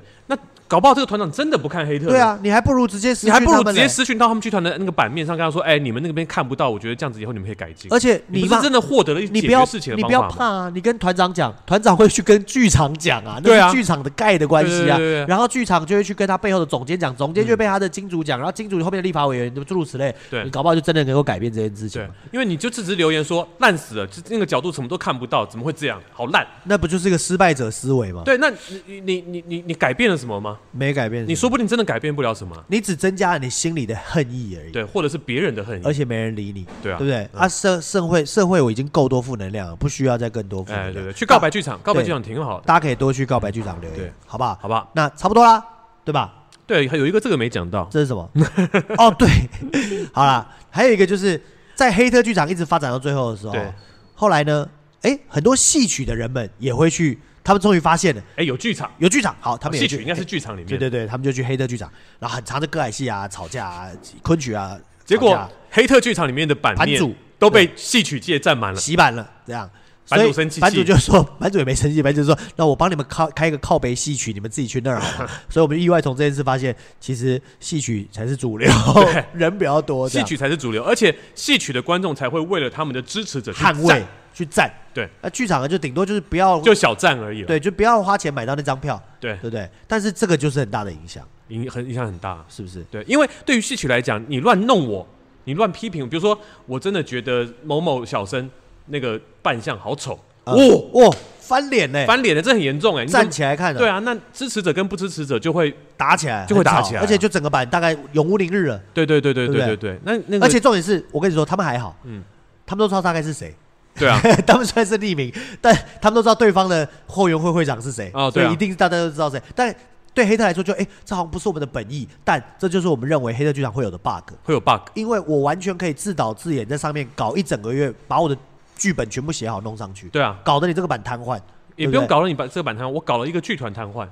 [SPEAKER 1] 搞不好这个团长真的不看黑特，
[SPEAKER 2] 对，啊，你还不如直接
[SPEAKER 1] 你
[SPEAKER 2] 私讯
[SPEAKER 1] 还不
[SPEAKER 2] 他
[SPEAKER 1] 如
[SPEAKER 2] 们
[SPEAKER 1] 直接
[SPEAKER 2] 嘞。
[SPEAKER 1] 私讯到他们剧团的那个版面上，跟他说：“哎、你们那边看不到，我觉得这样子以后你们可以改进。”
[SPEAKER 2] 而且
[SPEAKER 1] 你
[SPEAKER 2] 你
[SPEAKER 1] 不是
[SPEAKER 2] 嘛，
[SPEAKER 1] 真的获得了一
[SPEAKER 2] 你
[SPEAKER 1] 解
[SPEAKER 2] 不
[SPEAKER 1] 决
[SPEAKER 2] 要
[SPEAKER 1] 事情的
[SPEAKER 2] 你
[SPEAKER 1] 方法
[SPEAKER 2] 不要
[SPEAKER 1] 吗
[SPEAKER 2] 怕啊，你跟团长讲，团长会去跟剧场讲啊，
[SPEAKER 1] 对
[SPEAKER 2] 那
[SPEAKER 1] 啊
[SPEAKER 2] 是剧场的盖的关系
[SPEAKER 1] 对
[SPEAKER 2] 啊
[SPEAKER 1] 对。对对
[SPEAKER 2] 然后剧场就会去跟他背后的总监讲，总监
[SPEAKER 1] 嗯
[SPEAKER 2] 就会被他的金主讲，然后金主后面的立法委员，诸如此类，
[SPEAKER 1] 对
[SPEAKER 2] 你搞不好就真的能够改变这件事情
[SPEAKER 1] 对
[SPEAKER 2] 嘛。，
[SPEAKER 1] 因为你就只是留言说烂死了，这那个角度什么都看不到，怎么会这样？好烂！
[SPEAKER 2] 那不就是一个失败者思维吗？
[SPEAKER 1] 对，那你你你你你改变了什么吗？
[SPEAKER 2] 没改变什么，
[SPEAKER 1] 你说不定真的改变不了什么啊，
[SPEAKER 2] 你只增加了你心里的恨意而已，
[SPEAKER 1] 对，或者是别人的恨
[SPEAKER 2] 嗯而
[SPEAKER 1] 意，
[SPEAKER 2] 且没人理你，
[SPEAKER 1] 对啊，
[SPEAKER 2] 对不对？
[SPEAKER 1] 嗯
[SPEAKER 2] 啊，社社会社会我已经够多负能量了，不需要再更多负能
[SPEAKER 1] 哎，
[SPEAKER 2] 量。
[SPEAKER 1] 对对，去告白剧场，告白
[SPEAKER 2] 对
[SPEAKER 1] 剧场挺好的，
[SPEAKER 2] 大家可以多去告白剧场留言
[SPEAKER 1] 对，
[SPEAKER 2] 好不好？
[SPEAKER 1] 好不好？
[SPEAKER 2] 那差不多啦，对吧？
[SPEAKER 1] 对，还有一个这个没讲到，
[SPEAKER 2] 这是什么？ 哦，对，好啦，还有一个就是在黑特剧场一直发展到最后的时候
[SPEAKER 1] 对，
[SPEAKER 2] 后来呢，哎，很多戏曲的人们也会去，他们终于发现了
[SPEAKER 1] 哎，有剧场，
[SPEAKER 2] 有剧场，好，他们也
[SPEAKER 1] 哦戏
[SPEAKER 2] 去
[SPEAKER 1] 曲应该是剧场里
[SPEAKER 2] 对
[SPEAKER 1] 面，
[SPEAKER 2] 对对，他们就去黑特剧场，然后很长的歌仔戏啊、吵架啊、昆曲啊，
[SPEAKER 1] 结
[SPEAKER 2] 吵
[SPEAKER 1] 果
[SPEAKER 2] 架
[SPEAKER 1] 黑特剧场里面的版
[SPEAKER 2] 版
[SPEAKER 1] 面
[SPEAKER 2] 主
[SPEAKER 1] 都被戏曲界占满了，
[SPEAKER 2] 洗版了，这样。
[SPEAKER 1] 版
[SPEAKER 2] 所以
[SPEAKER 1] 主生气
[SPEAKER 2] 版主
[SPEAKER 1] 气
[SPEAKER 2] 就说， 版主也没生气，版主就说，那我帮你们靠开一个靠北戏曲，你们自己去那儿好吗？ 所以我们意外从这件事发现，其实戏曲才是主流， 人比较多，这
[SPEAKER 1] 戏
[SPEAKER 2] 样
[SPEAKER 1] 曲才是主流，而且戏曲的观众才会为了他们的支持者去
[SPEAKER 2] 捍卫
[SPEAKER 1] 站，
[SPEAKER 2] 去站。
[SPEAKER 1] 对，
[SPEAKER 2] 那剧场呢，啊就顶多就是不要，
[SPEAKER 1] 就小站而已了，
[SPEAKER 2] 对，就不要花钱买到那张票，
[SPEAKER 1] 对
[SPEAKER 2] 对不对？但是这个就是很大的影响，
[SPEAKER 1] 影很影响很大。
[SPEAKER 2] 是不是？
[SPEAKER 1] 对，因为对于戏曲来讲，你乱弄我，你乱批评，比如说我真的觉得某某小生那个扮相好丑，
[SPEAKER 2] 哦哦，翻脸呢、
[SPEAKER 1] 翻脸的，这很严重哎、你怎
[SPEAKER 2] 站
[SPEAKER 1] 么
[SPEAKER 2] 起来看的，
[SPEAKER 1] 对啊，那支持者跟不支持者就会，
[SPEAKER 2] 打起来
[SPEAKER 1] 就会
[SPEAKER 2] 很
[SPEAKER 1] 打
[SPEAKER 2] 吵
[SPEAKER 1] 起来啊
[SPEAKER 2] 而且就整个版大概永无宁日了。
[SPEAKER 1] 对对对对
[SPEAKER 2] 对不
[SPEAKER 1] 对
[SPEAKER 2] 对
[SPEAKER 1] 对对，那那个
[SPEAKER 2] 而且重点是我跟你说，他们还好，嗯
[SPEAKER 1] 嗯，
[SPEAKER 2] 他们都知道大概是谁，
[SPEAKER 1] 对啊，
[SPEAKER 2] 他们虽然是匿名，但他们都知道对方的后援会会长是谁，
[SPEAKER 1] 哦
[SPEAKER 2] 所
[SPEAKER 1] 对啊
[SPEAKER 2] 以一定大家都知道谁。但对黑特来说就，诶哎，这好像不是我们的本意，但这就是我们认为黑特剧场会有的 bug，
[SPEAKER 1] 会有 bug，
[SPEAKER 2] 因为我完全可以自导自演在上面搞一整个月，把我的剧本全部写好弄上去，
[SPEAKER 1] 对啊，
[SPEAKER 2] 搞得你这个版瘫痪，
[SPEAKER 1] 也
[SPEAKER 2] 对不
[SPEAKER 1] 不用
[SPEAKER 2] 对
[SPEAKER 1] 搞了你把这个版摊，我搞了一个剧团瘫痪，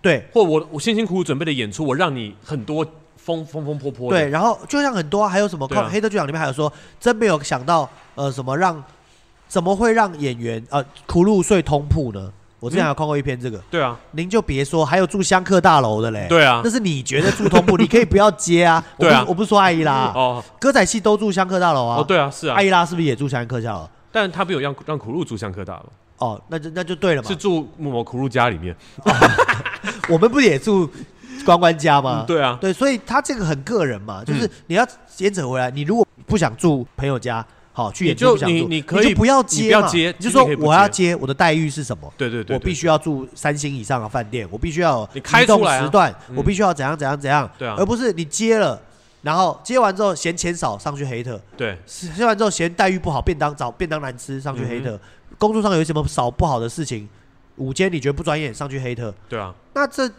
[SPEAKER 2] 对。
[SPEAKER 1] 或我我辛辛苦苦准备的演出，我让你很多风风风波波的，
[SPEAKER 2] 对，然后就像很多啊、还有什么
[SPEAKER 1] 对啊
[SPEAKER 2] 看黑特剧场里面还有说，真没有想到呃什么让怎么会让演员呃苦露睡通铺呢？我之前
[SPEAKER 1] 嗯
[SPEAKER 2] 还有看过一篇这个，
[SPEAKER 1] 对啊，
[SPEAKER 2] 您就别说，还有住香客大楼的嘞。、
[SPEAKER 1] 对啊
[SPEAKER 2] 那，是你觉得住通铺，你可以不要接啊。我不
[SPEAKER 1] 对啊
[SPEAKER 2] 我不是说阿依拉，
[SPEAKER 1] 哦
[SPEAKER 2] 歌仔戏都住香客大楼啊。
[SPEAKER 1] 哦，对啊，是啊
[SPEAKER 2] 阿，依拉是不是也住香客大楼？
[SPEAKER 1] 但他没有让让苦路住香科大楼，
[SPEAKER 2] 哦，那就那就对了嘛
[SPEAKER 1] 是。住某苦路家里面，
[SPEAKER 2] 我们不也住关关家吗？
[SPEAKER 1] 对啊，嗯
[SPEAKER 2] 对，所以他这个很个人嘛，就是你要牵扯回来，你如果不想住朋友家，好去演
[SPEAKER 1] 你
[SPEAKER 2] 出
[SPEAKER 1] 就
[SPEAKER 2] 不想
[SPEAKER 1] 你
[SPEAKER 2] 住，
[SPEAKER 1] 你可以
[SPEAKER 2] 就不要
[SPEAKER 1] 你
[SPEAKER 2] 接
[SPEAKER 1] 不要
[SPEAKER 2] 嘛
[SPEAKER 1] 接其
[SPEAKER 2] 你就
[SPEAKER 1] 实
[SPEAKER 2] 说
[SPEAKER 1] 你可以不
[SPEAKER 2] 我要
[SPEAKER 1] 接
[SPEAKER 2] 接，我的待遇是什么？
[SPEAKER 1] 对对对，
[SPEAKER 2] 我必
[SPEAKER 1] 须
[SPEAKER 2] 须要住三星以上的饭店，我必须要有
[SPEAKER 1] 你开
[SPEAKER 2] 移动
[SPEAKER 1] 出来啊
[SPEAKER 2] 时段，
[SPEAKER 1] 嗯
[SPEAKER 2] 我必须要怎样怎样怎样，
[SPEAKER 1] 对啊
[SPEAKER 2] 而不是你接了，然后接完之后嫌钱少上去黑特，
[SPEAKER 1] 对
[SPEAKER 2] 接完之后嫌待遇不好，便当找便当难吃上去黑
[SPEAKER 1] 嗯
[SPEAKER 2] 特，工作上有什么少不好的事情，午间你觉得不专业上去黑特，
[SPEAKER 1] 对啊，
[SPEAKER 2] 那这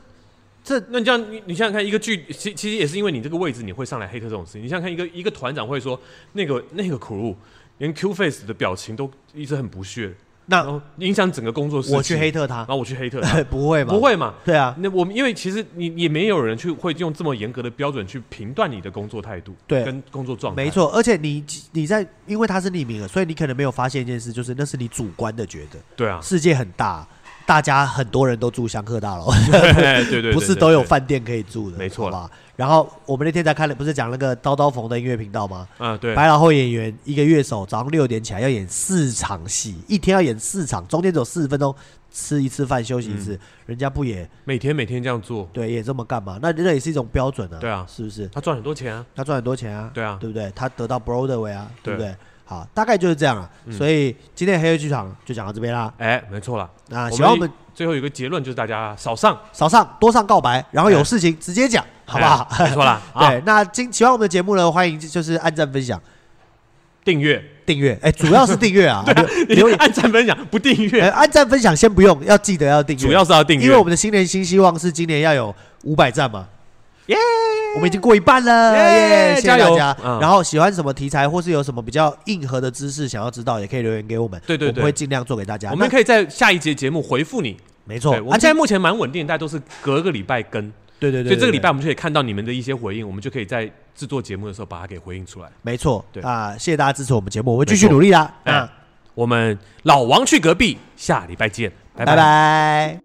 [SPEAKER 2] 这
[SPEAKER 1] 那你这样，你你想想看，一个剧其其实也是因为你这个位置，你会上来黑特这种事情。你想想看，一个一个团长会说那个那个苦路，连 Q face 的表情都一直很不屑，然
[SPEAKER 2] 那
[SPEAKER 1] 后影响整个工作室。
[SPEAKER 2] 我去黑
[SPEAKER 1] 特，
[SPEAKER 2] 特他
[SPEAKER 1] 然，后我去黑特，
[SPEAKER 2] 不会吧？
[SPEAKER 1] 不，会嘛？
[SPEAKER 2] 对啊，
[SPEAKER 1] 那我们因为其实你也没有人去会用这么严格的标准去评断你的工作态度，
[SPEAKER 2] 对
[SPEAKER 1] 跟工作状态，
[SPEAKER 2] 没，错，而且你你在因为他是匿名的，所以你可能没有发现一件事，就是那是你主观的觉得，
[SPEAKER 1] 对 啊，
[SPEAKER 2] 世界很大。大家很多人都住香客大楼，
[SPEAKER 1] 对对 对对，
[SPEAKER 2] 不是
[SPEAKER 1] 对
[SPEAKER 2] 都有，
[SPEAKER 1] 对
[SPEAKER 2] 饭店可以住的，
[SPEAKER 1] 没错
[SPEAKER 2] 吧？然后我们那天才看了，不是讲那个刀刀冯的音乐频道吗？
[SPEAKER 1] 啊，对，
[SPEAKER 2] 百老汇演员一个乐手早上六点起来要演四场戏，一天要演四场，中间只有四十分钟吃一次饭休息一次，人家不也
[SPEAKER 1] 每天每天这样做，
[SPEAKER 2] 对也这么干嘛？那那也是一种标准啊，
[SPEAKER 1] 对啊
[SPEAKER 2] 是不是？
[SPEAKER 1] 他赚很多钱啊，
[SPEAKER 2] 他赚很多钱啊，
[SPEAKER 1] 对啊，
[SPEAKER 2] 对不对？他得到 Broadway 啊，
[SPEAKER 1] 对嗯
[SPEAKER 2] 对不对？好，大概就是这样啊。所以今天的黑夜剧场就讲到这边啦。
[SPEAKER 1] 哎，没错了。
[SPEAKER 2] 那
[SPEAKER 1] 我
[SPEAKER 2] 啊喜欢我
[SPEAKER 1] 们
[SPEAKER 2] 们
[SPEAKER 1] 最后有一个结论就是大家少上，
[SPEAKER 2] 少上多上告白，然后有
[SPEAKER 1] 哎
[SPEAKER 2] 事情直接讲，好不好？
[SPEAKER 1] 哎没错 啦，啊，
[SPEAKER 2] 对，那今喜欢我们的节目呢，欢迎就是按赞 分享、
[SPEAKER 1] 订 阅。
[SPEAKER 2] 订阅，哎，主要是订阅啊，留
[SPEAKER 1] 留
[SPEAKER 2] 言，
[SPEAKER 1] 按赞分享不订
[SPEAKER 2] 哎
[SPEAKER 1] 阅，
[SPEAKER 2] 按赞分享先不用，要记得要订
[SPEAKER 1] 啊
[SPEAKER 2] 阅，
[SPEAKER 1] 主要是要订阅，
[SPEAKER 2] 因为我们的新年新希望是今年要有五百赞嘛，
[SPEAKER 1] 耶！
[SPEAKER 2] 我们已经过一半了，耶！
[SPEAKER 1] 耶
[SPEAKER 2] 谢谢
[SPEAKER 1] 加
[SPEAKER 2] 大
[SPEAKER 1] 油
[SPEAKER 2] 家。
[SPEAKER 1] 嗯
[SPEAKER 2] 然后喜欢什么题材，或是有什么比较硬核的知识想要知道，也可以留言给我们，
[SPEAKER 1] 对对
[SPEAKER 2] 我们
[SPEAKER 1] 对
[SPEAKER 2] 会尽量做给大家。
[SPEAKER 1] 我们
[SPEAKER 2] 那
[SPEAKER 1] 可以在下一节节目回复你。
[SPEAKER 2] 没错，啊
[SPEAKER 1] 对，我们
[SPEAKER 2] 而
[SPEAKER 1] 现在
[SPEAKER 2] 且
[SPEAKER 1] 目前蛮稳定，大家都是隔个礼拜更，
[SPEAKER 2] 对对对，
[SPEAKER 1] 所以这个礼
[SPEAKER 2] 对
[SPEAKER 1] 拜我们就可以看到你们的一些回应，我们就可以在制作节目的时候把它给回应出来。
[SPEAKER 2] 没错
[SPEAKER 1] 对
[SPEAKER 2] 啊，谢谢大家支持我们节目，我会继续
[SPEAKER 1] 没错
[SPEAKER 2] 努力啦。
[SPEAKER 1] 哎
[SPEAKER 2] 啊，
[SPEAKER 1] 我们老王去隔壁，下礼拜见，
[SPEAKER 2] 拜拜。